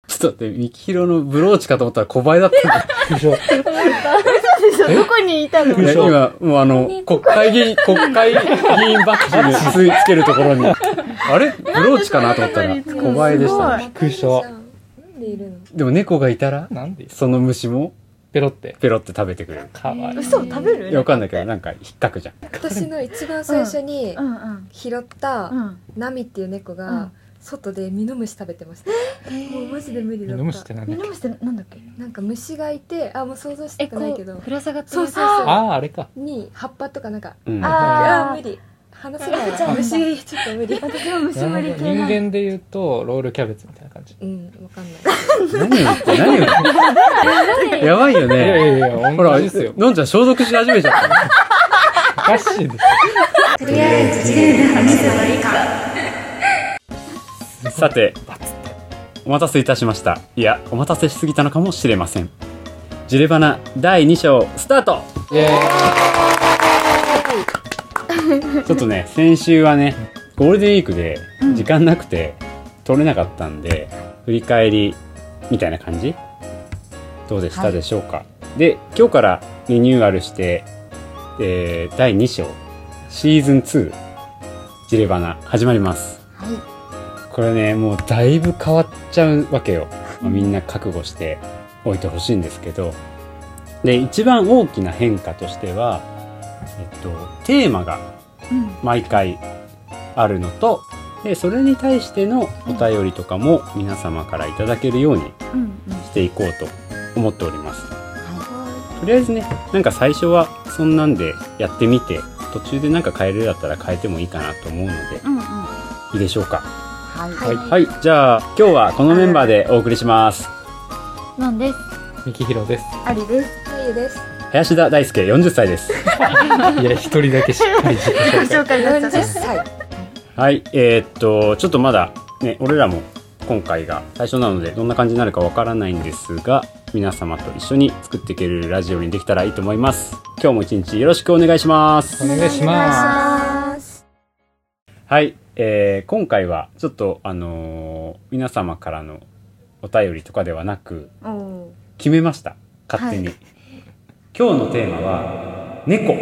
ょっと待って、ミキヒロのブローチかと思ったら小林だったんだ。嘘嘘でしょどこにいたのいや嘘今、もうあの、国会議員、国会議員バッジについつけるところに、あれブローチかなと思ったら、なんでそんな小林でしたね。びっくりしたなんでいるのでも猫がいたら、なんでその虫もペロってペロって食べてくれる。かわいい嘘食べるいや、わかんないけど、なんか引っかくじゃん。私の一番最初にうんうん拾ったうんナミっていう猫うがん外でミノムシ食べてました、もうマジで無理だ飲っむしてたなんだみんっけなもしてなんだっけなんか虫がいてあもう想像しえたくこないけうどぶら下がってそうるそうそうあああれかに葉っぱとかなんかうん。あーああ無理話せないあわ虫ちょっと無理 私も虫な無る理ほ系など人んだ間で言うとロールキャベツみたいな感じうんわかんない何を言って、何を言って。やばいよいやね。いやいやほ同ら、じですよのんちゃん消毒し始めちゃった。おかしいですとりあえず自由な話せばいいか さてお待たせいたしましたいやお待たせしすぎたのかもしれませんジレバナ第2章スタートイエーちょっと ね先週はねゴールデンウィークで時間なくて撮れなかったんで、振り返りみたいな感じどうでしたでしょうか、で今日からリニューアルして、えー第2章シーズン2ジレバナ始まりますはこれねもうだいぶ変わっちゃうわけよ、まあみんな覚悟しておいてほしいんですけどで一番大きな変化としては、えっと、テーマがいうん毎回あるのとでそれに対してのお便りとかも皆様からいただけるようにうんしていこうと思っております。とりあえずねなんか最初はそんなんでやってみて途中でなんか変えるだったら変えてもいいかなと思うのでうんうんいいでしょうかはいはい、はい、じゃあ今日はこのメンバーでお送りしますなんですイミキヒロですありですまゆです林田大輔40歳ですいや一人だけしっかり自己紹介紹介だ40った歳はいえーっとちょっとまだね俺らも今回が最初なのでどんな感じになるかわからないんですが皆様と一緒に作っていけるラジオにできたらいいと思います今日も一日よろしくお願いしますお願いしまはい、えー今回はちょっとあのー皆様からのお便りとかではなくおお決めました勝手に、は今日のテーマは猫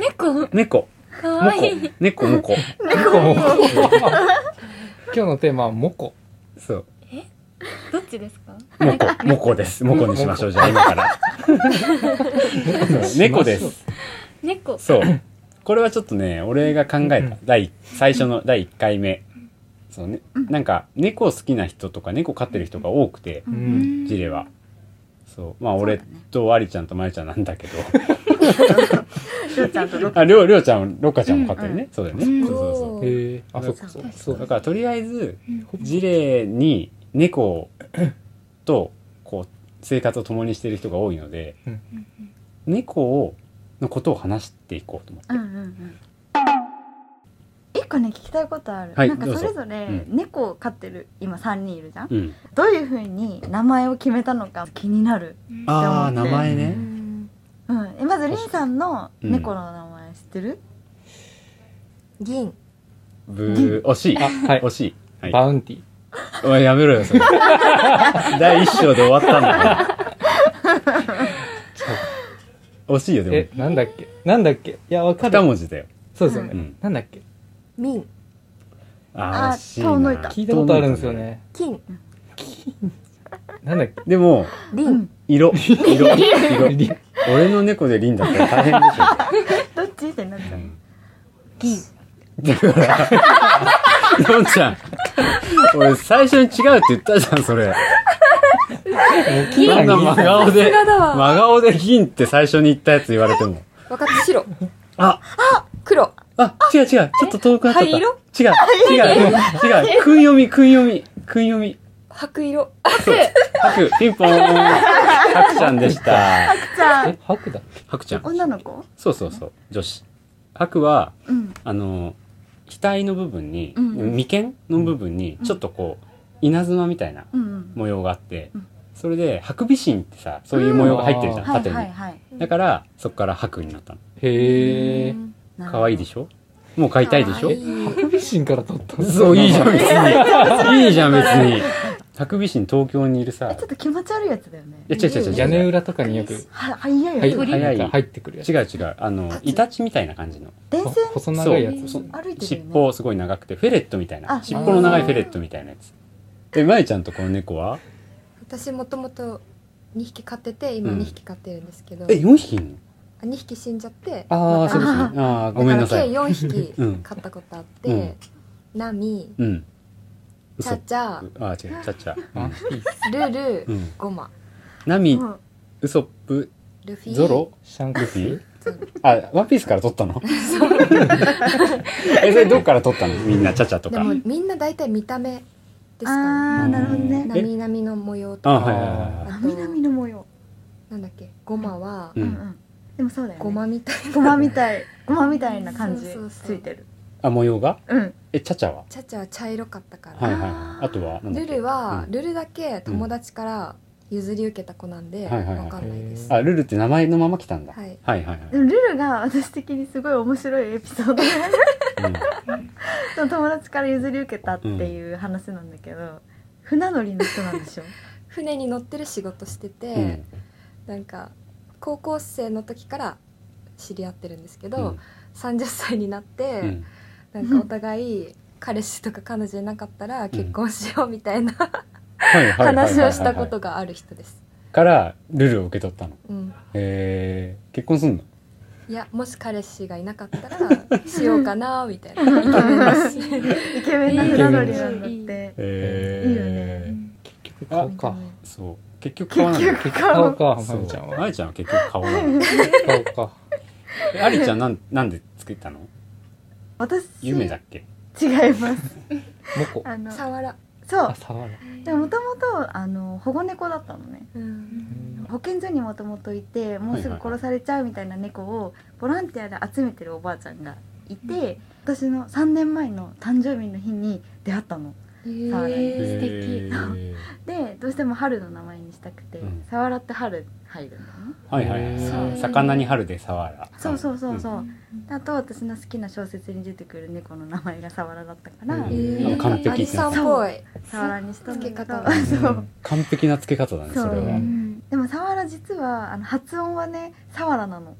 猫猫かモわコいい猫モコす猫も今日のテーマはモコそうどっちですかモコモコですモコにしましょうじゃあ今から猫です猫そうこれはちょっとね俺が考えうんた第一最初の第1回目そうねなんか猫好きな人とか猫飼ってる人が多くてううんんジレはそうまあ俺とアリちゃんとマリちゃんなんだけど りょうちゃんとどありょうりょうちゃんロッカちゃんも飼ってるねそうだよねそうそうそうおーへえあそっかそっかそそううだだからとりあえずジレに猫とこう生活を共にしている人が多いので、うん猫をのことを話していこうと思って、うんうんうん一個ね聞きたいことある、はいなんかどうぞそれぞれう猫を飼ってる今三人いるじゃん、うん、どういうふうに名前を決めたのか気になる、ああじゃ名あ前ねうん、えまずりんさんの猫の名前知ってる、銀ぶー惜しいあはい惜しい、はい、バウンティおいやめろ よそれ第一章で終わったんだから惜しいよでえなんだっけなんだっけいやわもか二る文字だよ、そうですようねん、なんだっけミンあーあー惜しい遠のいたな聞いたことあるんですよね金なんだっけでもリン、うん 色色色リ俺の猫でリンだったら大変でしょどっちってなっちゃう銀だから、のんちゃん、俺最初に違うって言ったじゃん、それ。そんな真顔で、真顔で銀って最初に言ったやつ言われても。分かった白あ、黒あ、違う違う、ちょっと遠くなっちゃった。灰色違う、違う、違う、訓読み、訓読み、訓読み。白色そう。白、ピンポーン。白ちゃんで した。じゃあえ白だ白ちゃん。女の子そうそうそう、女子。白は、うんあの、額の部分に、うん眉間の部分に、ちょっとこう、稲妻みたいな。うんうん模様があって、うんそれでハクビシンってさそういう模様が入ってるじゃん、うんはい縦に、はいはいだからそこからハクになったのへえ可愛いでしょもう飼いたいでしょ可愛いハクビシンから取ったんだそういいじゃん別にいいじゃん別にハクビシン東京にいるさえちょっと気持ち悪いやつだよねいや違う違う違う屋根裏とかによく、は早いよ、はい、鳥なんか入ってくるやつ。違う違うあのイタチみたいな感じの電ほ線細長いやつ。そうんう歩いてる尻よね尾すごい長くてフェレットみたいなあ尻尾の長いフェレットみたいなやつでまゆちゃんとこの猫は私もともと2匹飼ってて今うん2匹飼ってるんですけど、え四匹いるのあ2匹死んじゃってああまそたうですねああごめんなさいだから計4 うん匹飼ったことあって、ナミうんチャチャああ違うチャチャあいいっすルルうんうんゴマナミウソップルフィゾロシャンクスルあワンピースから撮ったのえそれどっから撮ったのみんなチャチャとでかもみんな大体見た目ですかねあーなるほどねんなみなみの模様とあかはいはいはいはいあと南の模様なんだっけゴマはううんんうんでもそうだよねゴマみたいごまみたいごまみたいな感じそうそうそうついてるあ模様がうんえチャチャはチャチャは茶色かったから、はいはいはいあーあとはなんだっルけルは、うんルルだけ友達から譲り受けた子なんで、はいはいはいわかんないです、あルルって名前のまま来たんだははいいはいはいでもルルが私的にすごい面白いエピソードでうんその友達から譲り受けたっていう話なんだけど、船乗りの人なんでしょ船に乗ってる仕事してて、うんなんか高校生の時から知り合ってるんですけうど、ん30歳になって、うんなんかお互い彼氏とか彼女いなかったら結婚しようみたいな、はいはいはいはいはい話をしたことがある人です、からルルを受け取ったのうん、へえ結婚すんのいやもし彼氏がいなかった らしようかなみたいなイケメンだしイケメンな船乗りなんだっていいねへいいよね結局顔か。そう結局買わな結い局顔顔か、まそうゆちゃんまは。ゆちゃんは結局顔な の顔か。えありちゃんなんなんで作ったの 私夢だっけ違いますモコ。あのサワラ、そあ、う触る。でもともとあの保護猫だったのねうん、保健所にもともといてもうすぐ殺されちゃうみたいな猫をボランティアで集めてるおばあちゃんがいて私の3年前の誕生日の日に出会ったのサワラへ素敵へーでどうしても春の名前にしたくてうん「さわら」って春入るのねはいはいはそうい魚に春でサワラそうそうそうそうう、あと私の好きな小説に出てくる猫の名前がさわらだったから、うんえ完ー、ア璧リですさんっぽいさわらにしたんだけど付け方が そううん完璧な付け方だねそうそれはうんでもさわら実はあの発音はねさわらなの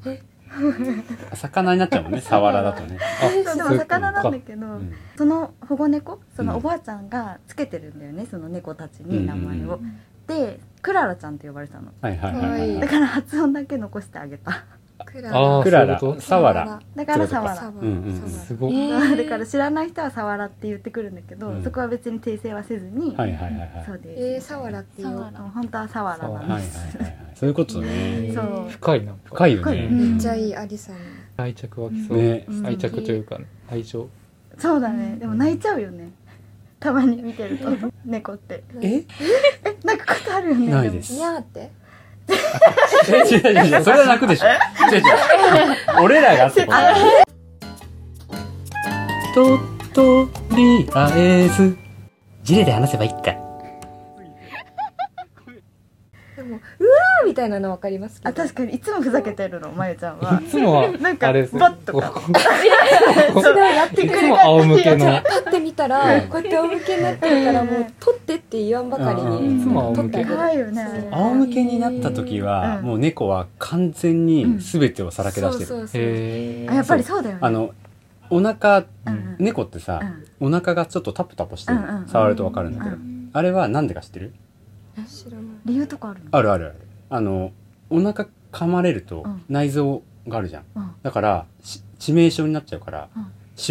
魚になっちゃうもんねサワラだとねあ、でそうも魚なんだけど、うんその保護猫うそんのおばあちゃんがつけてるんだよねその猫たちうんに名前を、うでクララちゃんって呼ばれてたのはいはいはいはいはだいから発音だけ残してあげ たクラあークララそういうことサワラだからさわサらワうんうんうんすごえい。ーだから知らない人はさわらって言ってくるんだけど、うんそこは別に訂正はせずに、はいはいはいはいそうです、えー、サワラっていうサワラそう本当はさわらサワはないんはいです、はいはいそういうことねそう深いな。深い。いよね深いめっちゃいいアリさん愛着湧きそう。ねうん愛着というか、愛情。そうだねでも泣いちゃうよねたまに見てると猫ってえ え泣くことあるよねないですにゃーってえ違う違う違うそれは泣くでしょ違う違う俺らがってこととりあえずジレで話せばいいかでもうわーみたいなの分かりますけどあ確かにいつもふざけてるのまゆちゃんはいつもなんは、かあれですバッとかここそれをやっていくれつも仰向けの。立ってみたらこうやって仰向けになってるからもう取ってって言わんばかりうんにいつも仰向け。うん可愛いよねあれ仰向けになった時は、うんもう猫は完全に全てをさらけ出してる、そうそうそうへあやっぱりそうだよねあのお腹、うん猫ってさう、んお腹がちょっとタプタプしてる、うんうん触るとわかるんだけど、うんあれはなんでか知ってる知らない理由とかあるのあるあるあるあのお腹噛まれるとうん内臓があるじゃん、うんだからし致命傷になっちゃうから、うん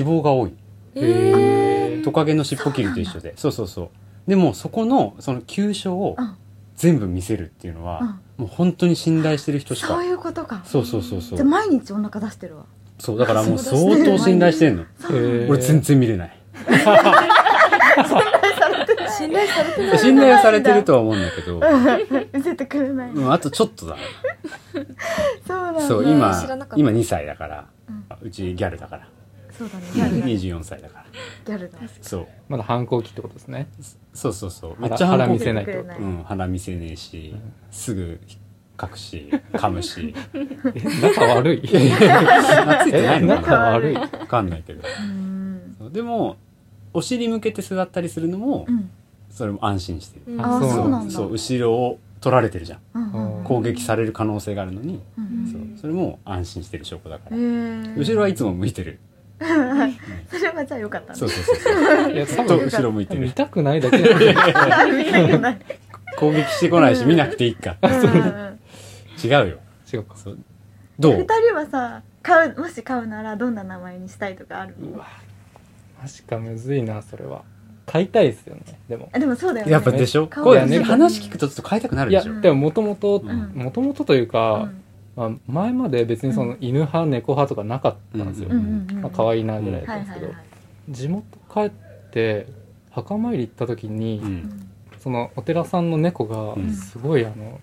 脂肪が多いえトカゲの尻尾切りと一緒でそうそうそうでもそこのその急所をうん全部見せるっていうのは、うんもう本当に信頼してる人しかそういうことかそうそうそうそうじゃあ毎日お腹出してるわそう、だからもうそう相当信頼してんの。俺全然見れない。信頼されてない信頼はされてるとは思うんだけど、見せてくれないうん、あとちょっとだそうなんな。だそう、い今知らなか、った今2歳だからうん、うちギャルだから、そうだねギャルだギ24歳だから。ャルだそう、まだ反抗期ってことですね。そうそうそう。めっ腹ちゃ腹反抗見期せないってこ なと。いうん、腹見せねえしうん、すぐ隠く し、噛むし。え仲悪 い。懐いてなえいの仲か悪い。なわかんないけど。うんそうでも、お尻向けて座ったりするのもう、んそれも安心してる、うんあああそうそうなんだそう後ろを取られてるじゃんうんうんうん攻撃される可能性があるのに、うんうんそうそれも安心してる証拠だから、へえ後ろはいつも向いてる、 それはじゃあよかったね そうそうそういや、多そうずっと分、後ろ向いて見るた くないだけなんだよ見たくない攻撃してこないし見なくていいかうんうん違うよ違うか。そううどん二う人はさ買うもし買うならどんな名前にしたいとかあるうのわ、マジかむずいな、それは。買いたいですよね、でも。あでもそうだよねやっぱでしょ顔こうやがねね話聞くとちょっと変えたくなるいでや、しょでももともと、うんもともとといううか、んまあ、前まで別にその犬派、猫派とかなかったんですよ。うんうんうんまあ、可愛いなぐらいだっはいたんはですけいど、はい地元帰って、墓参り行った時に、うんそのお寺さんの猫がうんすごいあの、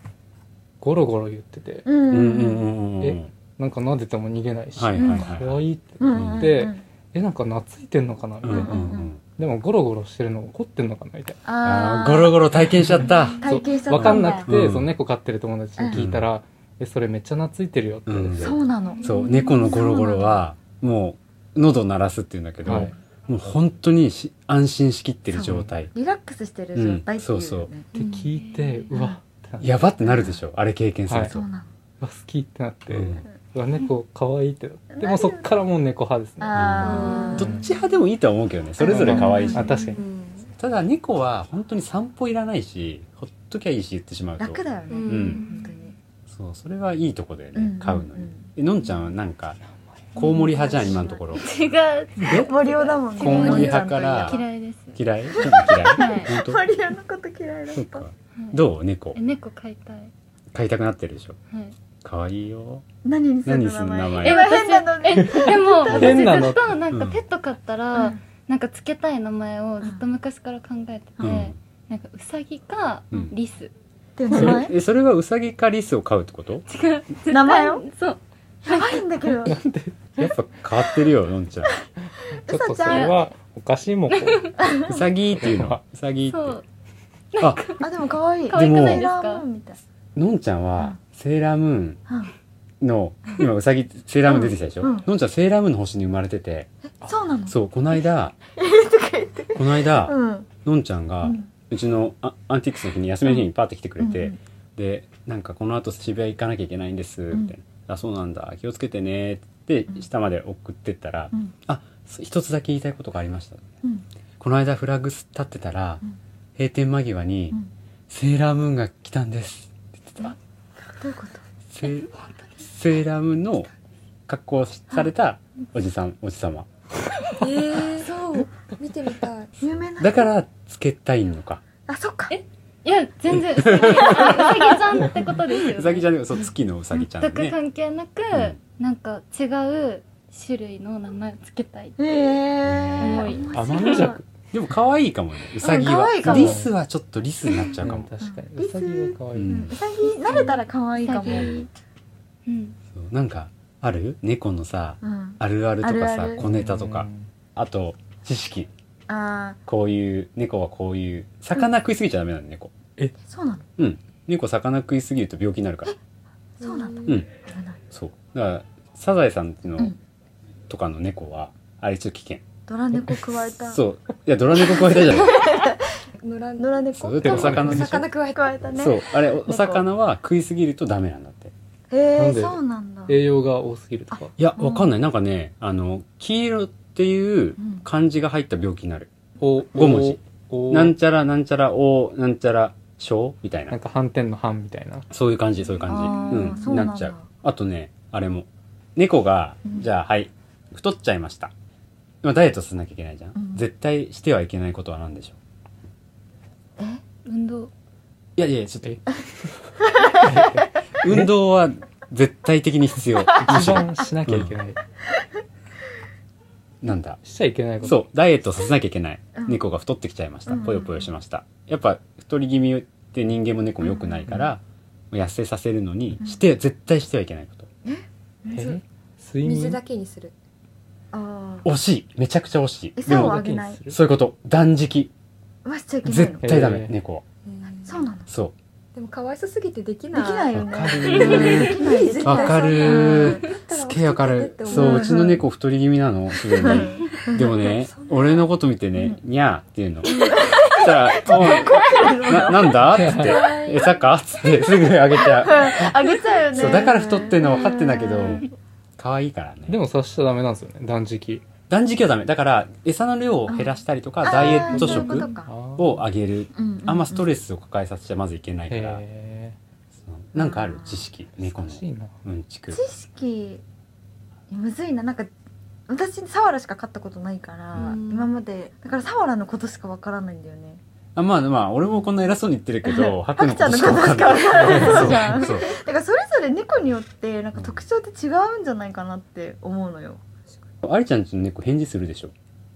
ゴロゴロ言っててうんううんんううんんうんうんうんうんなんか撫でても逃げないし、はいはいはい可愛いってうんうんでえなんか懐いてんのかなみたういんうな、んうんでもゴロゴロしてるの怒ってんのかなみたいああーゴロゴロ体験しちゃったな体験しちゃわっかたんんだなくて、うんその猫飼ってる友達に聞いたら、えそれめっちゃ懐いてるよって、うんそうなのそう猫のゴロゴロはもう喉鳴らすっていうんだけど、はいもう本当にし安心しきってる状態リラックスしてる状態ってうんいうよねそうそうって聞いてうわってなってやばってなるでしょあれ経験すると、そうなうわ好きってなって、ううんわ猫可愛いってなってうんでもうそっからもう猫派ですのねあどーっち派でもいいとは思うけどねそれぞれ可愛いし、あ確かにうんただ猫は本当に散歩いらないしほっときゃいいし言ってしまうと楽だよねう本ん当にそうそれはいいとこだようんうんうねん飼うのにえのんちゃんはなんかコウモリ派じゃん今のところ違う森尾だもんねコウモリ派から嫌いです嫌いちょっと嫌いはい本当森尾のこと嫌いだそっうたかどう猫え猫飼いたい飼いたくなってるでしょはい可愛いよ何にする何のする名名前前ええ私変なのねえでも変な私のずっとなんうかんペット飼ったら、なんかつけたい名前をずっと昔から考えてて、うんなんかウサギかうんリス、っていうそ 名れ前えそれはウサギかリスを飼うってこと名前をそうやばいんだけどやっぱ変わってるよのんちゃんちょっとそれはおかしいもんこウうサギっていうのウサギってそうああでも可愛い可愛くないセーですかラームーンみたいのんちゃんはセーラームーンうの今ウサギセーラームーン出てきたでしょ、うんうんのんちゃんセーラームーンの星に生まれててんそうなのそうこの間この間、うんのんちゃんが、ううんちのあアンティークスの日に休みの日にパーって来てくれて、うんうんでなんかこの後渋谷行かなきゃいけないんですみたいな、あそうなんだ気をつけてねってうん下まで送ってったら、うんあそ一つだけ言いたいことがありましたうんこの間フラグ立ってたら、うん閉店間際に、うんセーラームーンが来たんです」って言ってたどういうことセーセーラームーンの格好をされたおじさんおじさまえー、そう見てみたい有名なだからつけたいのかあそっかえいや全 然ウサギウサギちゃんってことですよ、ね、うさぎちゃんでもそう月のうさぎちゃん全くね関係なく、んなんか違う種類の名前をつけたいへえ重い天の弱でも可愛いかもねうさぎうん可は愛いかもリスはちょっとリスになっちゃうかうんも、確かにリうスさぎは可愛い、うんうさぎ慣れたら可愛いかうもんうんうんそうなんかある猫のさうんあるあるとかさあるある小ネタとか、うんあと知識あこういう猫はこういう魚食いすぎちゃダメなの猫ーそうなのうん猫魚食いすぎると病気になるからそうなんだうん危ないそうだからサザエさんの、うんとかの猫はあれちょっと危険ドラ猫くわえたうそういやドラ猫加えたじゃない野良ドラそ猫うだってお魚でしょ魚くわえくわえた ねそうあれお猫お魚は食いすぎるとダメなんだってへなえんでそうなんだ栄養が多すぎるとかいやうんわかんないなんかねあの黄色っていううん漢字が入った病気になるお五文字おおなんちゃらなんちゃらおなんちゃら小みたいななんか反転の反みたいなそういう感じそういうあ感じーうんそうなんだなっちゃうあとねあれも猫がうんじゃあはい太っちゃいましたまあダイエットしなきゃいけないじゃん、うん絶対してはいけないことは何でしょう運動いやいやちょっとえ運動は絶対的に必 要 一番しなきゃいけない、なんだしちゃいけないことそうダイエットさせなきゃいけない、うん猫が太ってきちゃいました、うんぽよぽよしましたやっぱ太り気味って人間も猫も良くないから、痩せさせるのにうんして絶対してはいけないことえ睡眠水だけにするあー惜しいめちゃくちゃ惜しいで餌をもあげない水だけにすそういうこと断食わしちゃいけない絶の対ダメへー猫はうんそうなのでそでもかわいそすぎてでききないないようねわかるできない絶対わかるだったらすげえわかる大きくなってって思そううんうちの猫太り気味なのすごいねでもねそんな俺のこと見てね「にゃー」っていうのしたら「うんななんだ?」っつって「餌か?」っつってすぐあげちゃあげちゃうようねそうだから太ってんの分かってんだけどうん可愛いからねでもさしちゃダメなんですよね断食断食はダメだから餌の量を減らしたりとかダイエットあーそういうこと食かを上げるうんうんうんあんまストレスを抱えさせちゃまずいけないからへそのなんかある知識え猫の難しいなうんちく知識むずいななんか私サワラしか飼ったことないから、うん今までだからサワラのことしかわからないんだよねあまあまあ俺もこんな偉そうに言ってるけ ど白白のちゃことんのしか分かことしかわからないそうじゃらんないだそうそうからそれぞれ猫によってなんか特徴って違うんじゃないかなって思うのよありちゃんちの猫返事するでしょ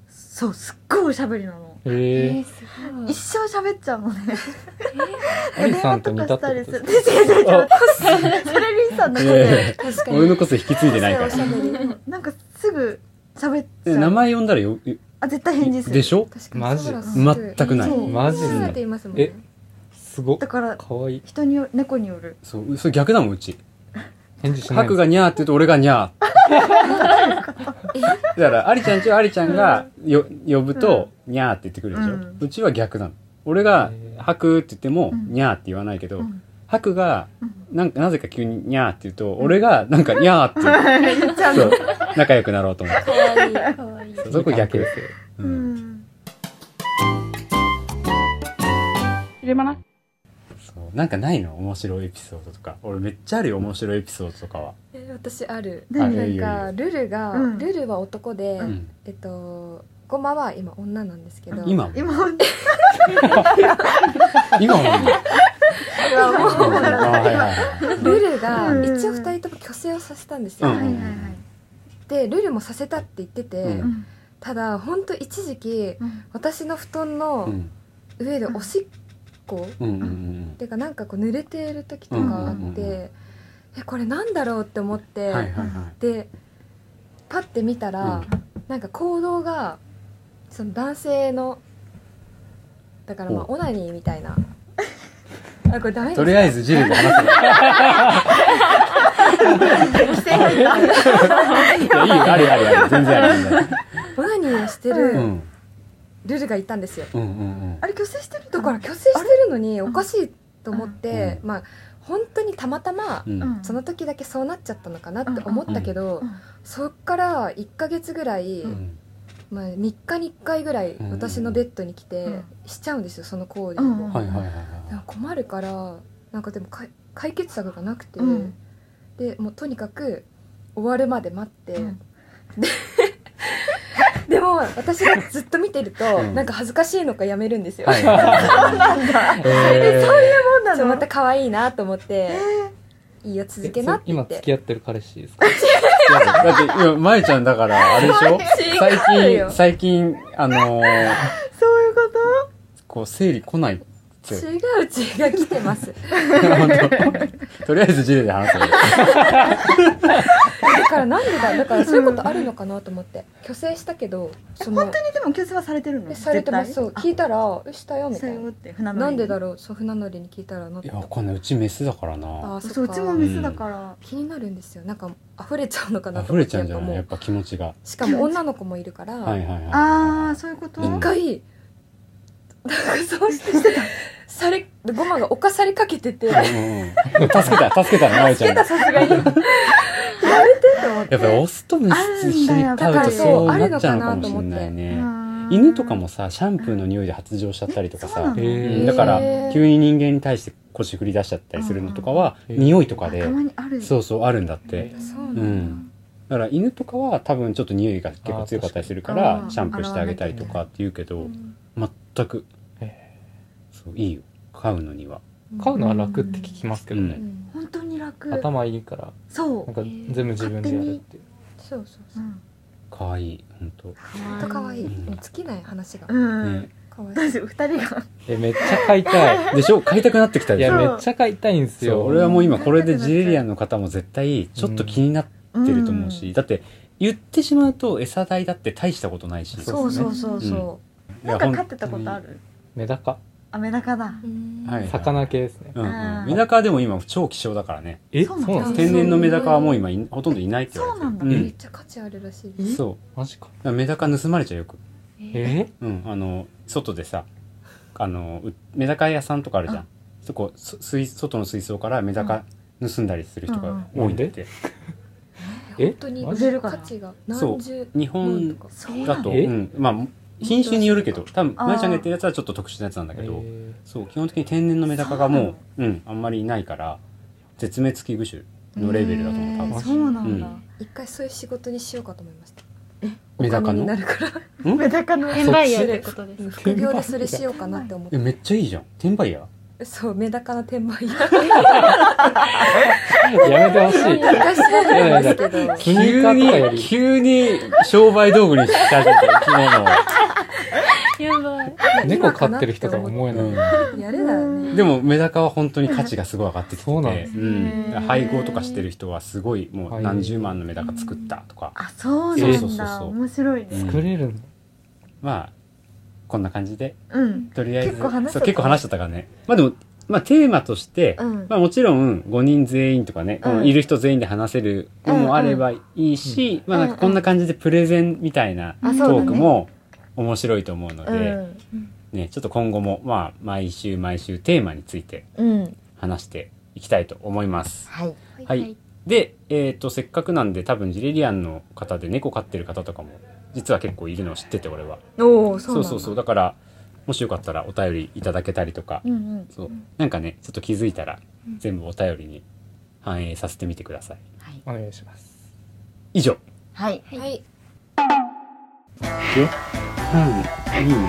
そうすっごいおしゃべりなのへえーす一生喋っちゃうのねアリさんと電似話たとってかしことりですするかで違う違う違うそれリンさんだけで確かに俺のこそ引き継いでないかおしゃらべりなんかすぐ喋っちでゃう名前呼んだらよあ絶対返事するでしょ確かにマジ空がすごい全くないそうマジそうだってで言いますもんねえすごっだからかわいい人によ猫によるそうそれ逆だもんうち返事しない白がニャーって言うと俺がニャー だからありちゃんちはありちゃんがよ呼ぶとニャーって言ってくるでしょ、ううんちは逆なの俺がへー白って言ってもうんニャーって言わないけど、うん白がうんなんかなぜか急にニャーって言うと俺がなんかニャーって言う 言っちゃうそのう仲良くなろうと思ってかわいいかわいいそこ逆ですよううんんそうなんかないの面白いエピソードとか俺めっちゃあるよ面白いエピソードとかは、え私あるあ何いやいなやんかルルが、うんルルは男で、うん、えっとゴマは今女なんですけど今も今本当に今も今も今あははいはいもルルがうん一応二人とも虚勢をさせたんですよ、うんはいはいはいでルルもさせたって言ってて、ううんただほんと一時期うん私の布団はいのうん上でおしっこ、うんうんうんていうかなんかこう濡れている時とかあうって、んうんうんうんえこれなんだろうって思って、うんはいはいはいでパッて見たら、なんか行動がその男性のだからまあおオナニーみた いなあこれダメとでりすあえずジルに話せばいやいいよありありあり全然あり全然 オナニーをしてうるんルルがいたんですよ、うんうんあれ虚勢してるだとかから虚勢してるのにんおかしいと思って、うまあ本当にたまたま、うんうんその時だけそうなっちゃったのかなって思ったけど、うんうんそっから1ヶ月ぐらい、うんまあ、3日に1回ぐらいうん私のベッドに来て、うんしちゃうんですよその行為を、うんうんはいはいはいはいいや困るからなんかでもかい解決策がなくて、うんでもうとにかく終わるまで待って、うんで でも私がずっと見てると、うんなんか恥ずかしいのかやめるんですよ、はいはいなんだえーそうなそうまのた可愛いなと思って、いいよ続けなってえそれ言今って付き合ってる彼氏ですかだって今まゆちゃんだからあれで しょ最違うよ近最近あのーそういうことこう生理来ないって違う違う来てます 本当とりあえずジルで話せばいいだからなんでだだからそういうことあるのかなと思って虚勢したけのその本当にでも虚勢はされてるのえされてますそう絶聞いたら「えしたよ」対みさたれいよなって船乗りなんでだろうそう船乗りに聞いたらなんいやわかんないうちメスだからなあそそうっうかちもメスだから気になるんですよなんか溢れちゃうのかなと溢思れってちゃうんじゃないややっっぱもぱ気持ちがうしかも女の子もいるから、はいはいはいああそういうことうん一回なんかそうしてされゴマが犯されかけててうんうんうん助けた助けたらまゆちつゃけんがたさすがにやっぱりオスとメス一緒にあるん飼だようとそうなっちゃうのかもしれなだからそうあるのかなと思っていうねーん犬とかもさシャンプーの匂いで発情しちゃったりとかえそうなさのうへんえだからへー急に人間に対して腰振り出しちゃったりするのとかはうん匂いとかあたでまにあるそうそうあるんだってそううなんだ、んだから犬とかは多分ちょっと匂いが結構強かったりするかあー確からにシャンプーしてあげたりとかって言うけど全くへそういいよ飼うのには飼うのは楽って聞きますけどうね、ん本当に楽頭いいからそなんうか全部自分でやるっていうそうそううそうん可愛い本当ほんと可愛い、うんもう尽きない話がうんね可愛い大丈夫二人がえめっちゃ飼いたいでしょ飼いたくなってきたいでしやょそうめっちゃ飼いたいんですそうよ俺はもう今これでジレリアンの方も絶対ちょっと気になってると思うし、だって言ってしまうと餌代だって大したことないしそそううですそうねそうそいうやなんか飼ってたことあるメダカあメダカだうんはい魚系ですね本当にうんううんんメダカはでも今超希少だからねえそそううななんだんですか天然のメダカはもう今いほとんどいないって言われてるそうなんだめっちゃ価値あるらしいでうすんそうだかマジからメダカ盗まれちゃうよくえうんあの外でさあのうメダカ屋さんとかあるじゃあんそこす水外の水槽からメダカ盗んだりする人がうん多いんだって、え本当にマジ価値が何十日本そうなだのと、えうんまあ品種によるけど多分あーまゆちゃんがやってるやつはちょっと特殊なやつなんだけど、えそう基本的に天然のメダカがもうう、ん、あんまりいないから絶滅危惧種のレベルだと思う多へー分そうなんだ、一回そういう仕事にしようかと思いましたメダカお金にのなるからメダカの転売屋ってことですか副業でそれしようかなって思っえめっちゃいいじゃん転売屋てそうメダカの転売屋ーやめてほしい昔なんですけどスニーカーとかより急に商売道具にし始めた生やばい猫飼ってる人とは思えきない、物を、やるだろううねん、でもメダカは本当に価値がすごい上がってきててそうなんですうねん、配合とかしてる人はすごいもうはい何十万のメダカ作ったとか、あそうそうなそうんそうだそう面白いね作れるのまあこんな感じでうんとりあえず結構話しちゃそったう結構話しちゃったからねまあでも、まあ、テーマとして、うんまあ、もちろん5人全員とかね、うんこのいる人全員で話せるのもあればいいし、んまあ、なんかこんな感じでプレゼンみたいなあそうだねトークも面白いと思うので、うんね、ちょっと今後も、まあ、毎週毎週テーマについてうん話していきたいと思います。はいはいで、えっとせっかくなんで多分ジレリアンの方で猫飼ってる方とかも実は結構いるのを知ってて俺は。おおそそうなんうだそうそうだからもしよかったらお便りいただけたりとかうんうんそうなんかねちょっと気づいたら全部お便りに反映させてみてくださいはいお願いします以上はいはういんいいね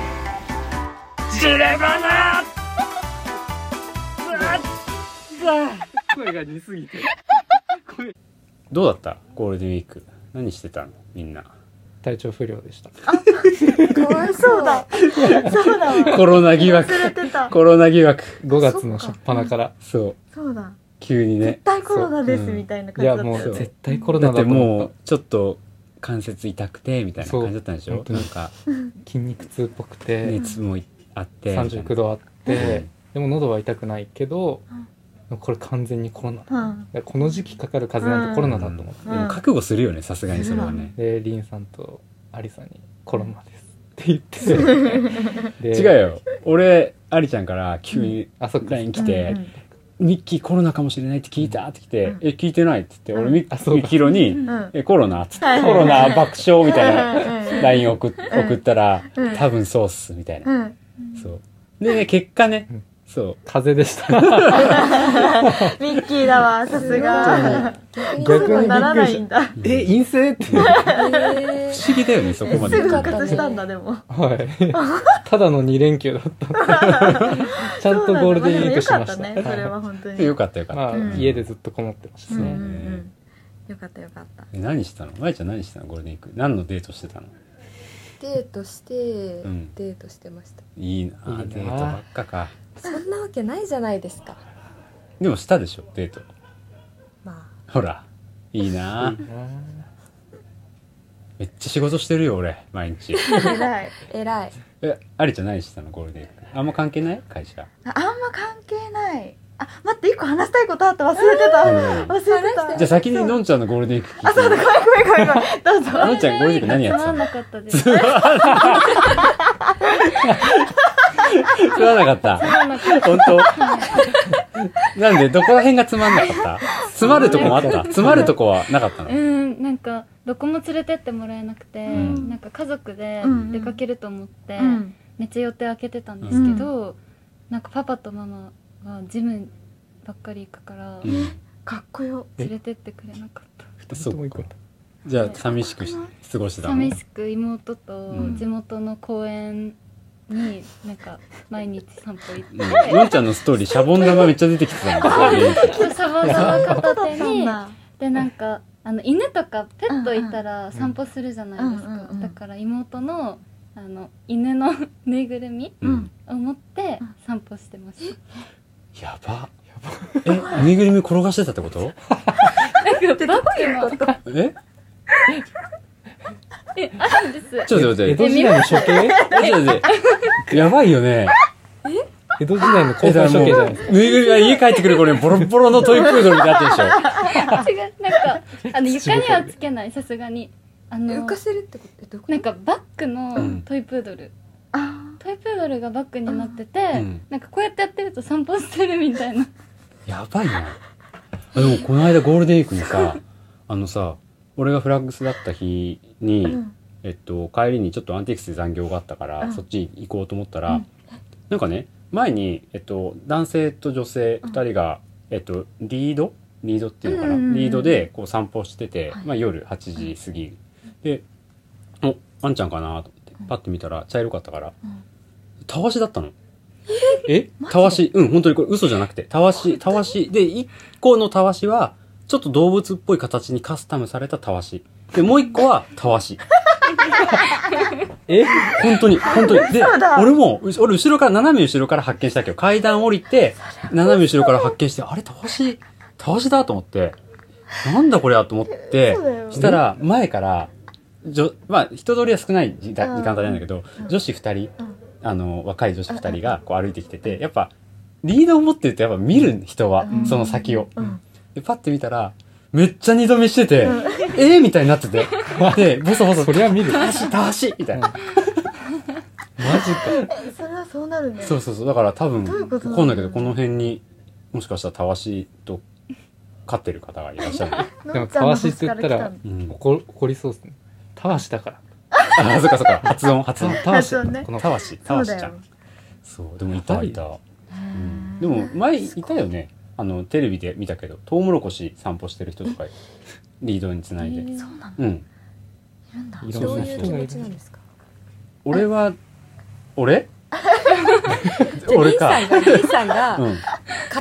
声が似すぎてどうだったゴールデンウィーク何してたのみんな体調不良でしたかわいそそううだだそうだわコロナ疑 惑忘れてたコロナ疑惑5月の初っ端からそうそうだ急にね絶対コロナですそうみたいない感じだやったもようそねう絶対コロだナっだとても思っうちょっと関節痛くてみたいな感じだったんでしそうょ本当になんかた筋肉痛っぽくて熱もあって39度度あってでも喉は痛くないけどこれ完全にコロナうんこの時期かかる風邪なんてコロナだと思ってでも覚悟するよねさすがにそれはねでリンさんとアリさんに「コロナです」って言 って違うよよ俺アリちゃんから急にあそっか LINE 来て、うんうんミッキーコロナかもしれないって聞いたって来て、うんえ、聞いてないって言って、うん俺ミあそうッだキーヒロに、うんえ、コロナっつって、 はいコロナ爆笑みたいなうんうん LINE 送っ送ったらうん、多分そうっす、みたいな。うんそう。でね、結果ねうん、そう。風邪でしたミッキーだわさすが逆す逆ぐににならないんだえ、陰性って。不えー思議だよね、そこすまぐで。復活したんだでも はいただの2連休だったちゃんとゴールデンウィークしまそうしなんだでもよかったねそれたは本当によかったよかっまた。あうん家でずっとこもってましうたんうんうねんよかったよかったえ何したのまゆちゃん何したのゴールデンウィーク。何のデートしてたのデートしてうんデートしてましたいいなあいいなあデートばっかか。そんなわけないじゃないですかでもしたでしょ、デート。まほら。いいなあいいなめっちゃ仕事してるよ、俺。毎日。偉いあ偉いえ、ありちゃん何してたのゴールデンウィーク。あんま関係ない会社。ああんま関係ないあ待って一個話したいことあった忘れてたうん忘れてたじゃあ先にのんちゃんのゴールデンウィーク聞いて。あそうだごめんごめんごめんごめんどうぞのんちゃんゴールデンウィーク何やってつたまんのなかったです つつまんなかった。まんなかっ本当なんで、どこら辺がつまんなかったつまるとこもあった。つまるとこはなかったたの。うんなんかどこも連れてってもらえなくて、んなんか家族でうん出かけると思って、うんめっちゃ予定開けてたんですけど、なんかパパとママはジムばっかり行くからうんかっこよ連れてってくれなかった、そともっ行こかう。じゃあ寂しくし過ごしてたの寂しく妹とうん地元の公園になんか毎日散歩行っうて ん、のんちゃんのストーリー、シャボン玉めっちゃ出てきてたの。そうシャボン玉片手にだでなんかあの犬とかペットいたら散歩するじゃないですか、うんうんうんだから妹のあの犬の ぬいぐるみうん。を持ってうん散歩してましやば。え、ぬいぐるみ転がしてたってことたなんかバッグのええあるんですちょっと待っ江て。戸時代の処刑えちょっと待って。やばいよね。江戸時代の公え、だ開から処も刑じゃないでう、ぬいぐるみは家帰ってくる頃にボロボロのトイプードルになってるでしょ。違うなんかあの床にはつけないさすがにあ浮のかせるってことえどういうことなんかバッグうんのトイプードルあトイプードルがバッグになってて、うんなんかこうやってやってると散歩してるみたいなやばいな。あでも、この間ゴールデンウィークにさ、あのさ、俺がフラッグスだった日に、うんえっと、帰りにちょっとアンティークスで残業があったから、うんそっち行こうと思ったら、うんなんかね、前に、えっと、男性と女性二人が、えっと、リードリードっていうのかな、うんうんうんリードでこう散歩してて、はいまあ夜8時過ぎ。で、お、あんちゃんかなと思って、パッて見たら茶色かったから、うんたわしだったの。えマジでたわし、うん、本当にこれ嘘じゃなくて、たわし、たわし。で、一個のたわしは、ちょっと動物っぽい形にカスタムされたたわし。で、もう一個は、たわ し。え本当に、本当に。で嘘だ、俺も、うし俺後ろから、斜め後ろから発見したけど、階段降りて、斜め後ろから発見して、あれ、たわし、たわしだと思って、なんだこれやと思って嘘だ、よしたら、前から、女まあ、人通りは少ない時間うん時間帯なんだけど、女子二人、うんあの、若い女子二人がこう歩いてきてて、やっぱ、リードを持ってるとやっぱ見る人は、うんその先を。うんで、パッて見たら、めっちゃ二度見してて、うんえーみたいになってて。で、ボソボソ、そりゃ見るたわし、たわしみたいな。マジか。えそれはそうなるんだよそうそうそう。だから多分、どういうことわかんないけど、この辺に、もしかしたらたわしと飼ってる方がいらっしゃる。のでもんちゃんのたわしって言った星からら来う怒ん。怒りそうですね。たわしだから。あ、そっかそっか。発音、発そ音の。たわしそうねこのたわし、たたのわしそうちだゃよん。そう、でもいた、いた。うんでへも前いたよねあのテレビで見たけどトウモロコシ散歩してる人とかリードにつないえでーーそうなんだうんいるんだいろどそうんい人うが気る持ちなんですか俺は俺俺かじゃあリンさんがうリンんさんが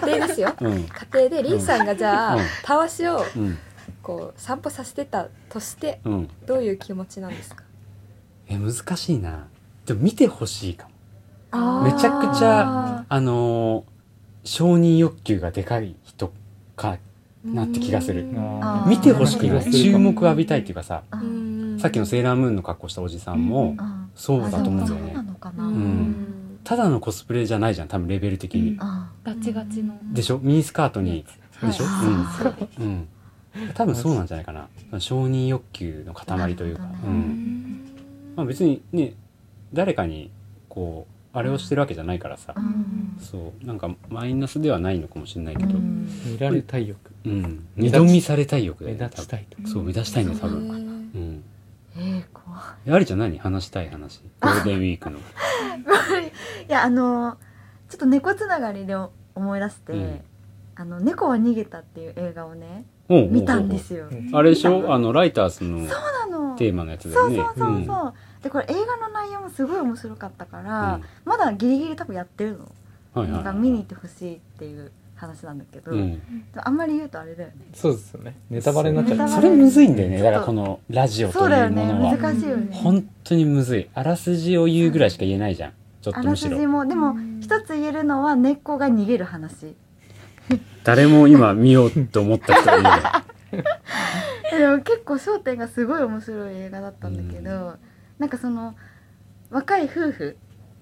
家庭ですようん家庭でリンさんがじゃあ、うんたわしをうんこう散歩させてたとしてうんどういう気持ちなんですかえ難しいなでも見てほしいかもあーめちゃくちゃあのー承認欲求がでかい人かなって気がするあー見てほしくなそいうい注うこと目浴びたいっていうかさあさっきのセーラームーンの格好したおじさんもあそうだと思うんだそようねなのかな、ううんんただのコスプレじゃないじゃん多分レベル的に、うんあガチガチのでしょミニスカートに、はいでしょ、あうん、うん、多分そうなんじゃないかなその承認欲求の塊というか、なるほうどねんまあ、別にね誰かにこうあれをしてるわけじゃないからさ、うんそうなんかマイナスではないのかもしれないけど、ううんん見られたい欲。二度見されたい欲だ目よね立ちたいと多。分そう目立ちたいの多分、分うんえー、怖いえありちゃん何話したい話ゴールデンウィークの いやあのちょっと猫つながりで思い出して、うんあの猫は逃げたっていう映画をねおうおうおう見たんですよ。うんあれでしょあのライターズのそうなの。テーマのやつだそようねそうそううんそう。でこれ映画の内容もすごい面白かったから、うんまだギリギリ多分やってるの。はいだはいかはらい見に行ってほしいっていう話なんだけど、うんでもあんまり言うとあれだよね。そうですよね。ネタバレになっちネタゃバう。レそれむずいんだよねちょっとだからこのラジオそとういだようねものは、難しいよね。本当にむずいあらすじを言うぐらいしか言えないじゃんちょっあとらむしすろじもでも一つ言えるのは猫が逃げる話。誰も今見ようと思った人はいない でも結構『焦点』がすごい面白い映画だったんだけど、うんなんかその若い夫婦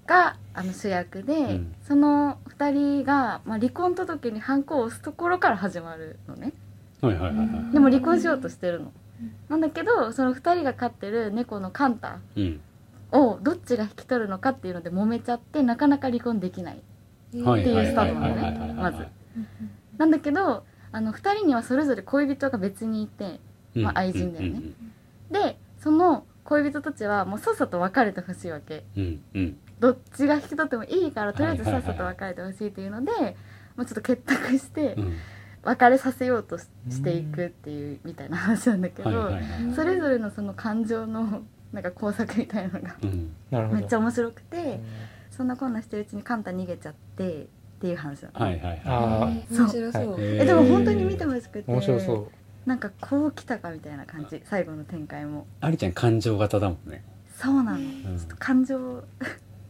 があの主役で、うんその2人が、まあ、離婚届にハンコを押すところから始まるのねはいはいはいはでも離婚しようとしてるの。なんだけどその2人が飼ってる猫のカンタいうんをどっちが引き取るのかっていうので揉めちゃってなかなか離婚できないはいはいはいはいはいっていうスタはいートなのねはまずなんだけどあの2人にはそれぞれ恋人が別にいていまあ愛人だよねでその恋人たちはもうさっさと別れてほしいわけうんうんどっちが引き取ってもいいからとりあえずはいさはいっはいさと別れてほしいっていうので、もうちょっと結託してうん別れさせようとししていくっていうみたいな話なんだけど、はいはいはいそれぞれのその感情のなんか工作みたいなのがうんなるほど。めっちゃ面白くて、うんそんなこんなしてるうちにカンタ逃げちゃってっていう話なの、はいはいはいあー面白そうへーえでも本当に見てほしくて面白そう。なんかこう来たかみたいな感じ最後の展開もありちゃん感情型だもんねそうなの、うんちょっと感情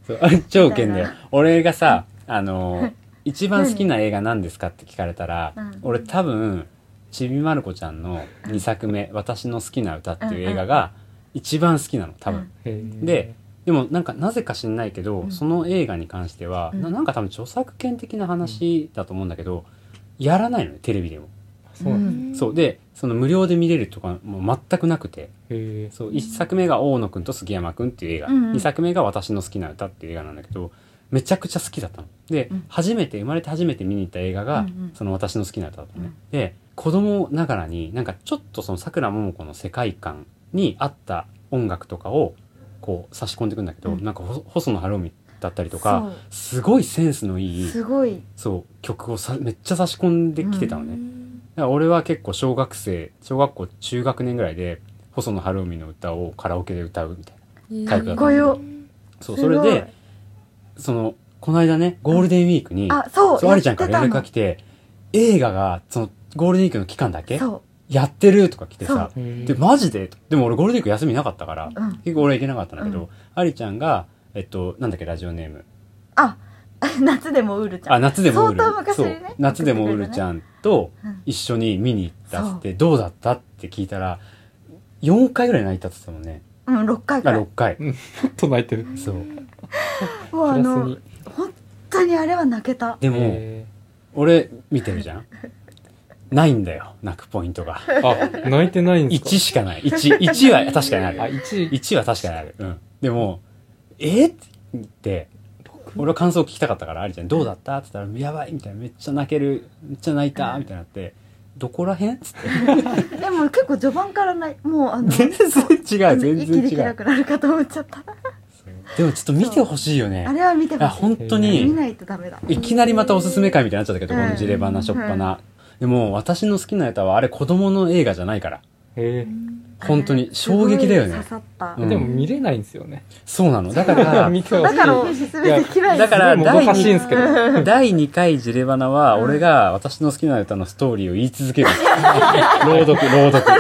そうあれ超ウケんだよみた俺がさあ の一番好きな映画何ですかって聞かれたら、うん俺多分ちびまる子ちゃんの2作目「私の好きな歌」っていう映画が一番好きなの多分、うんへーで、でもなんかなぜか知んないけど、うんその映画に関しては、うんななんか多分著作権的な話だと思うんだけど、やらないのねテレビでもそうなんだそうでその無料で見れるとかもう全くなくてへえそう1作目が大野くんと杉山くんっていう映画、う二んうん2作目が「私の好きな歌」っていう映画なんだけどめちゃくちゃ好きだったの。で、うん初めて生まれて初めて見に行った映画が、うんうんその「私の好きな歌」だったのね。うんで子供ながらになんかちょっとそのさくらももこの世界観に合った音楽とかをこう差し込んでいくんだけど、うんなんかほ細野晴臣だったりとかすごいセンスのいいすごいそう曲をさめっちゃ差し込んできてたのね。だから俺は結構小学生小学校中学年ぐらいで細野晴臣の歌をカラオケで歌うみたいなタイプだったかっこよそうすそごいれでそのこの間ねゴールデンウィークにあそうそうありちゃんから連絡がやっ来て映画がそのゴールデンウィークの期間だてけたのそやってるとか来てさででマジででも俺ゴールデンウィーク休みなかったからううん結構俺行けなかったんだけうどありちゃんがえっとなんだっけラジオネームあ 夏でもウールちゃんあ夏でもウール相当昔そにうね夏でもウールちゃんとうん一緒に見に行ったっつってどうだったって聞いたら4回ぐらい泣いたっつってたもんねうん6回あくらい6回ちょっと泣いてるそうもうプあラスのに本当にあれは泣けたでもへ俺見てるじゃんないんだよ泣くポイント がえあ泣いてないんですか1しかない11は確かにあある一位1は確かにあるうんでもえっって言って俺は感想を聞きたかったからありちゃんどうだったって言ったらやばいみたいなめっちゃ泣けるめっちゃ泣いたみたいになってどこら辺っつってでも結構序盤からないもうあの 全然違う全息でき然違なうくなるかと思っちゃったでもちょっと見てほしいよねあれは見ていやほし本当い見にないとダメだいきなりまたおすすめ会みたいになっちゃったけど、うんこのジレバナしょっぱな、でも私の好きな歌はあれ子供の映画じゃないからへ本当に衝撃だよね刺さったうえんでも見れないんですよねそうなのだから 見てほだしいからおすすめできないだからすごいもどかしいんですけど第2回ジレバナは俺が私の好きな歌のストーリーを言い続ける 朗読朗読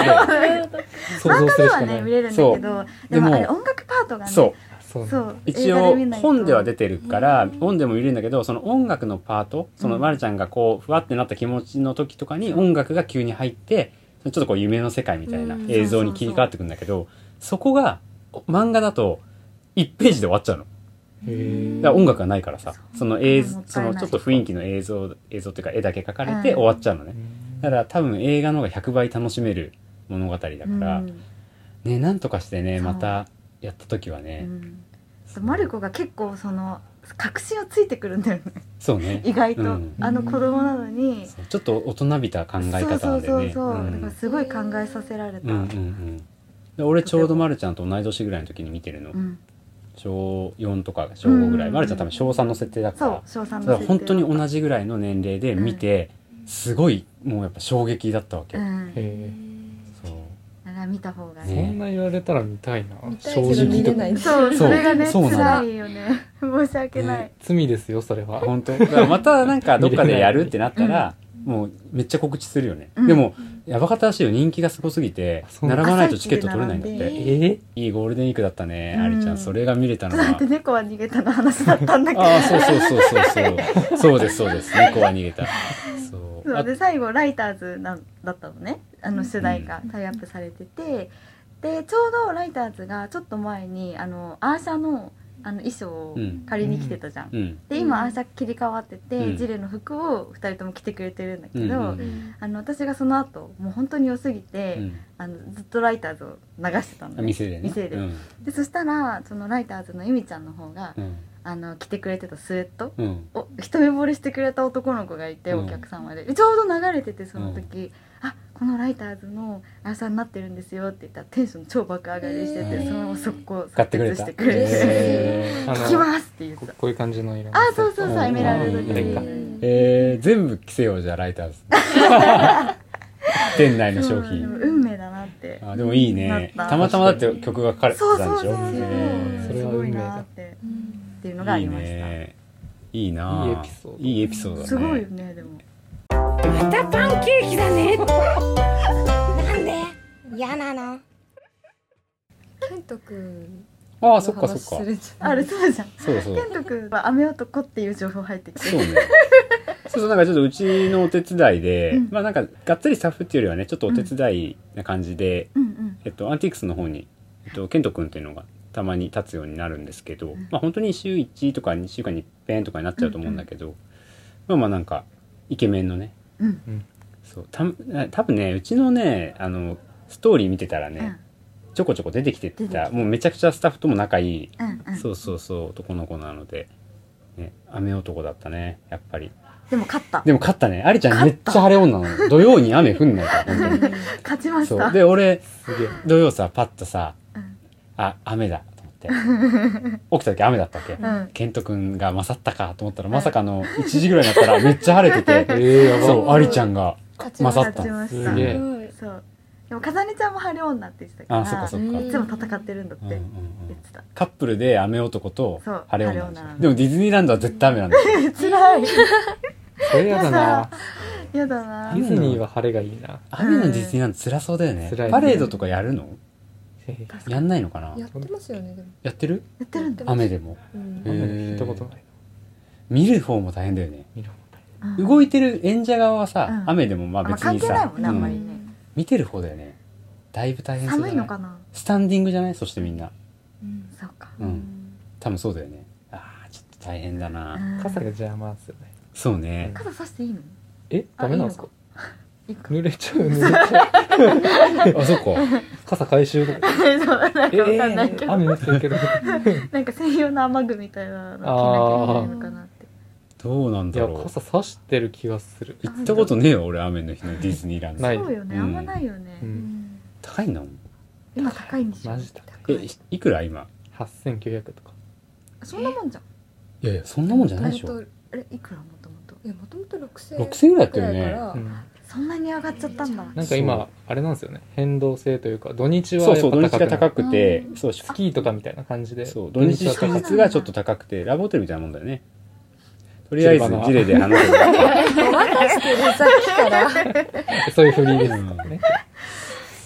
想漫像画すでるしかはなね見いれるんだけどでもでもあれ音楽パート がねそうそうそう一応本では出ててるから本でも見れるんだけどその音楽のパートそのまるちゃんがこうふわってなった気持ちの時とかに音楽が急に入ってちょっとこう夢の世界みたいなうん映像に切り替わってくんだけどそこが漫画だと1ページで終わっちゃうの。へえだから音楽がないからさその映も像ったそいないのちょっと雰囲気の映像映像っていうか絵だけ描かれうてん終わっちゃうのね、だから多分映画の方が100倍楽しめる物語だから、ねなんとかしてねそうまたやった時はうね、んマルコが結構その確信をついてくるんだよねそうね意外と、うんあの子供なのに、そうちょっと大人びた考えそうそ方うでそうねうそう、だからんすごい考えさせられた、うんうんうんで俺ちょうどまるちゃんと同い年ぐらいの時に見てるの、うん小4とか小5ぐらい、うんまるちゃん多分小3の設定だかそうら翔さだんのから設定本当に同じぐらいの年齢で見て、すごいもうやっぱ衝撃だったわけ、うんだへそうから見た方がえねねそんな言われたら見たいな見たい正けど見直れとないそうそれがねそうなの辛いよね 申し訳ない、ね罪ですよそれは本当だからまたなんかどっかでやるってなった ら、もうめっちゃ告知するよね、うんでもやばかったらしいよ人気がすごすぎてそう並ばないとチケット取れないんだっ朝一てえいいゴールデンウィークだったね、うんありちゃんそれが見れたのだっはて猫は逃げたの話だったんだけどああそうそうそうそうそうそうですそうです猫は逃げたそうそあうで最後ライターズなんだったのねあの主題がタイアップされてて、でちょうどライターズがちょっと前にあのアーシャのあの衣装をうん借りに来てたじゃん。うんでうん今アーシャ切り替わってて、うんジレの服を2人とも着てくれてるんだけど、うんうんあの私がその後もう本当に良すぎて、うんあのずっとライターズを流してたのあね、店でね店でうんでそしたらそのライターズのゆみちゃんの方が、うんあの着てくれてたスウェット、うんお一目惚れしてくれた男の子がいて、うんお客様ででちょうど流れててその時「あこのライターズの朝になってるんですよ」って言ったらテンション超爆上がりしてて、うんそのまま速攻買ってくれた即決してくれ嬉しいてえ「あ聞きのます」って言ってこたこういう感じの色のあそうそううそんうエメラルドあグリーンえー全部着せようじゃあライターズ店内の商そう品運命だなってあでもいいなっねたたまたまだって曲が書かれてそうたんそうでしそょうそうへーそれすはごい運命だなってっていうのがありましたいいねいいないいいエピソードいいエピソードだねすごいよねでも嫌なのケント君ああのそっかそ話っすかるじゃんあれそうじゃんそうだそうだ健人君は雨男っていう情報入ってきて そうねそうそうなんかちょっとうちのお手伝いで、うんまあなんかがっつりスタッフっていうよりはねちょっとお手伝いな感じで、うんうんえっと、アンティークスの方に、えっと、ケント君っていうのがたまに立つようになるんですけど、んまあ本当に週1とか2週間に1遍とかになっちゃうと思うんだけど、まあまあなんかイケメンのねうんうんそうた多分ねうちのねあのストーリー見てたらね、ちょこちょこ出てきて出てきたもうめちゃくちゃスタッフとも仲いい、うんうんうんそうそうそう男の子なので、ね、雨男だったねやっぱりでも勝ったでも勝ったねありちゃんめ勝っったちゃ晴れ女なの土曜に雨降んない から本当に勝ちましそたうで俺土曜さパッとさうんあ雨だと思って起きた時雨だったわけうん健人君が勝ったかと思ったらまさかの1時ぐらいになったらめっちゃ晴れて てええやばそうありちゃんが勝ちました勝っ勝たちのましすたげえそうでもかざねちゃんも晴れ女って言ってたからあそっかそっか、ううんいつも戦ってるんだってんうんう言んってたカップルで雨男とそう晴れ女なんで晴れ女なすのよでもディズニーランドは絶対雨なんですよ辛いそれやだなやだなディズニーは晴れがいいな雨のディズニーランド辛そうだよね辛いねパレードとかやるのええやんないのかなやってますよねでもやってるやってるんだ、雨でもうんえあんまり聞いたことない見る方も大変だよね見るもんだうん動いてる演者側はさ、うん雨でもまあまあ別関に係さ、ないもんねあんまうりんね見てる方だよねだいぶ大変そうだ、ね、寒いのかなスタンディングじゃないそしてみんなうんそうかうん、多分そうだよねあーちょっと大変だな、うん傘が邪魔ですよねそう ね傘さしていいのえダメなんですかいいのか 濡れちゃう濡れちゃうあそっか傘回 収とかそうなんかわえかんないけえど、雨降って るけどなんか専用の雨具みたいなの着なきゃいけないのかなってどうなんいだやろう傘差してる気がする行ったことねえよ俺雨の日のディズニーランドないそうよね、うんあんまないよね、うん高いんだもん今高いんでしょマジで高えいいくら今8900とかそんなもんじゃんいやいやそんなもんじゃないでしょもともとあれいくらもともといやもともと6000 6000円ぐらいやったよねくらいからうんそんなに上がっちゃったんだなんか今あれなんですよね変動性というか土日はそうそう土や日っぱが高くな高るくてうんそうしスキーとかみたいな感じでそう土日祝日がちょっと高くてラブホテルみたいなもんだよねとりあえずジルバナ事例で話すごまかしてるさっきからそういうフリーですからね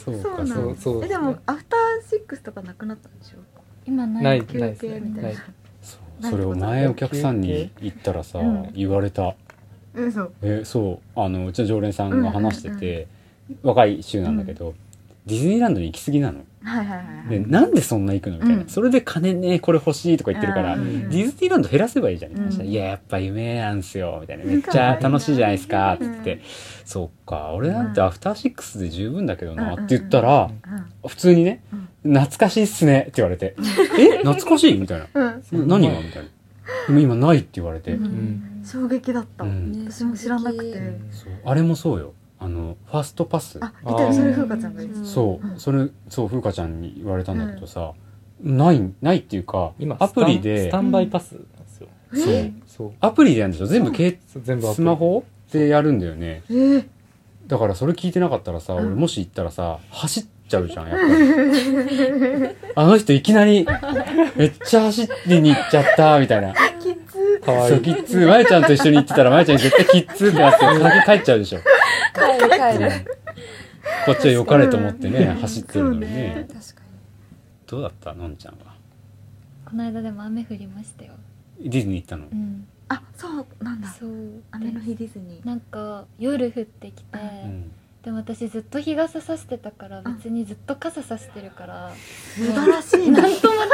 そうそうかなそそんううだそうえでもアフターシックスとかなくなったんでしょ今ないない休ないです憩ねみたないいなそうそれを前お客さんに言ったらさうん言われたうんそうえそうあのうちの常連さんが話してて若い衆なんだけどディズニーランドに行き過ぎなのはいはいはいはいでなんでそんな行くのみたいな、うんそれで金ねこれ欲しいとか言ってるから、うんうんディズニーランド減らせばいいじゃんみたいな話したら、うんいややっぱ夢なんすよみたいなめっちゃ楽しいじゃないですかって言って、うんそっか俺なんてアフターシックスで十分だけどなうっんて言ったら、普通にね、懐かしいっすねって言われ て「え懐かしい?」みたいなうん、 「何が?」みたいな「でも今ない」って言われて、ううんん衝撃だった、うんね私も知らなくて、うんそうあれもそうよあのファストパスあ言ってるそれあー風花ちゃんが言ってたそうそれそう風花ちゃんに言われたんだけどさ、ないないっていうか今アプリスでタンスタンバイパスなんですよそうそうアプリでやるんでしょ全部携そう全部アプリスマホでやるんだよねえー、だからそれ聞いてなかったらさ、うん俺もし行ったらさ走っちゃうじゃんや っぱりあの人いきなりめっちゃ走りに行っちゃったみたいな「かわそいういキッズまゆちゃんと一緒に行ってたらまゆちゃん絶対キッズってなって先帰っちゃうでしょ、帰る帰うんるこっちは良かれと思ってねうん走ってるのにねそうね確かどうだったのんちゃんはこの間でも雨降りましたよディズニー行ったのうんあそうなんだそう雨の日ディズニーなんか夜降ってきて、うんでも私ずっと日傘さしてたから別にずっと傘さしてるから素晴らし いな何ともな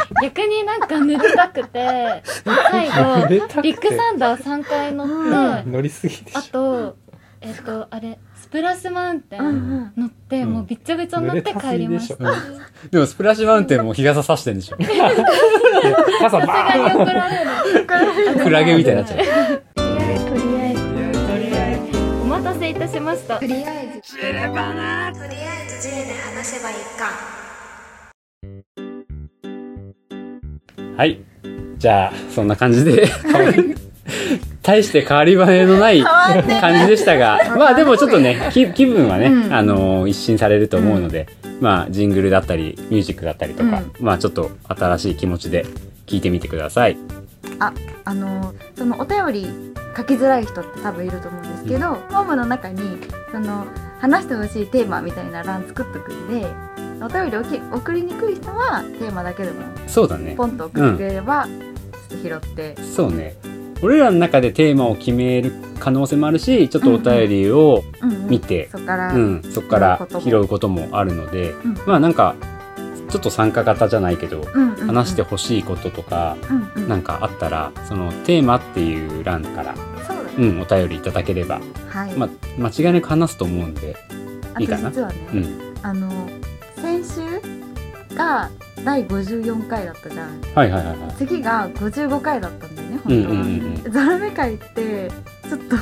くて 逆になんか濡れたくて最後濡れたくてビッグサンダー3回乗って、乗りすぎでしあょとえっとあれスプラッシュマウンテうんンうん乗って、うんもうびっちゃびちゃになって帰りました濡れたさでもスプラッシュマウンテンも日傘さしてんでしょ傘すバーンがに怒られるクラゲみたいになっちゃうお待たせいたしましたにとりあえずとりあえずジレで話せばいいかはい。じゃあ、そんな感じで、大して変わり映えのない感じでしたが、まあでもちょっとね、気気分はね、うんあのー一新されると思うので、まあジングルだったり、ミュージックだったりとか、まあちょっと新しい気持ちで聞いてみてください。あのそのお便り書きづらい人って多分いると思うんですけど、フォームの中にその話してほしいテーマみたいな欄作っとくんでお便りをき送りにくい人はテーマだけでもそうだね。ポンと送ってくれれば、ちょっと拾ってそうね。俺らの中でテーマを決める可能性もあるし、ちょっとお便りを、うんうん見てそこから、うん、そこから拾拾うこともあるので、うんまあなんか、ちょっと参加型じゃないけど、うんうんうん話してほしいこととか、うんうんなんかあったらそのテーマっていう欄からそうだねうん、お便りいただければ、はい、まあ、間違いなく話すと思うんで、あいといかな実はね、うん、あの先週が第54回だったじゃんはいはいはいはい。次が55回だったんだよねうんう本当は、んうんザラメ会ってちょっと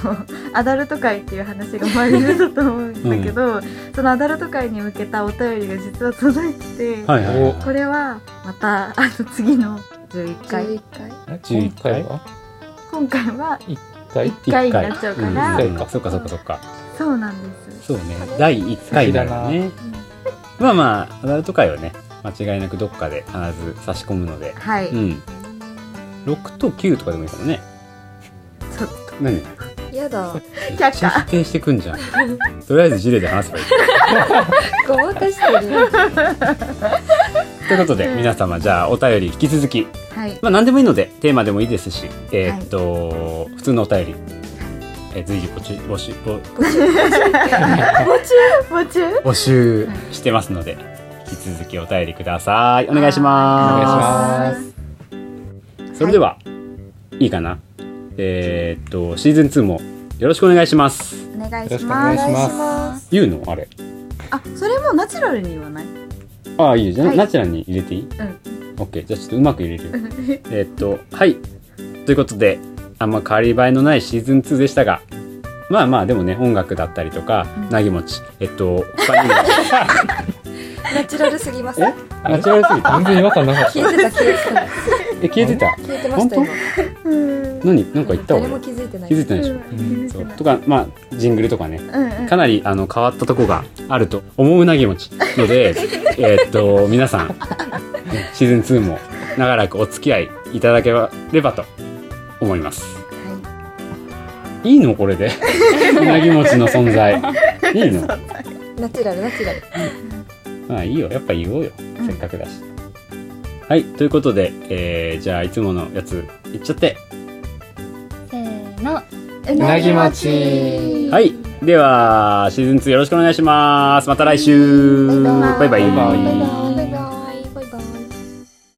アダルト会っていう話が前に出たと思うんだけど、そのアダルト会に向けたお便りが実は届いてて、うん。はいはいはいこはれはまたあの次の11回11回え今11回は今回は1回い。 1回になっちゃうから、うん一回かそっかそっかそっか。そうなんですそうね、第1回だからね。まあまあ、アダルト会はね、間違いなくどっかで必ず差し込むので、はい、うん。6と9とかでもいいかもね。ちょっ何めやだっちゃ否定してくんじゃん。とりあえずジレで話せばいい。ごまかしてるということで、皆様、じゃあお便り引き続き、とはいまあ何でもいいので、テーマでもいいですし、えーっと、普通のお便り、えー随時募集、募集、募 もちろん募集してますので、引き続きお便りください。お願いします。お願いしますそれでは、い、いかな。えーっと、シーズン2もよろしくお願いします。お願いよろししくお願まいすします言うのあれ。あそれもナチュラルに言わないああ、いいよ。じゃあ、はいナチュラルに入れていいうんオッケー。じゃあ、ちょっとうまく入れるよ。えーっと、はい。ということで、あんま変わり映えのないシーズン2でしたが、まあまあ、でもね、音楽だったりとか、なぎもち、えっと、他にも、ナチュラルすぎますえ消ナチュラルすぎた。全然違和感なかったえてた消えてたえ、消えてた消えてました本今何なんか言った誰俺も。気づいてない気づいてないでしょ。うんそうとか、まあ、ジングルとかね、うんうんかなりあの変わったとこがあると思うなぎもちのでえーっと皆さんねシーズン2も長らくお付き合いいただければと思いますいいのこれ でうなぎもちの存在いいのナチュラルナチュラルまあいいよやっぱ言おうようんせっかくだし、はいということで、えーじゃあいつものやついっちゃってせーのうなぎもちはいではシーズン2よろしくお願いしますまた来週バイババイイバイバイバイ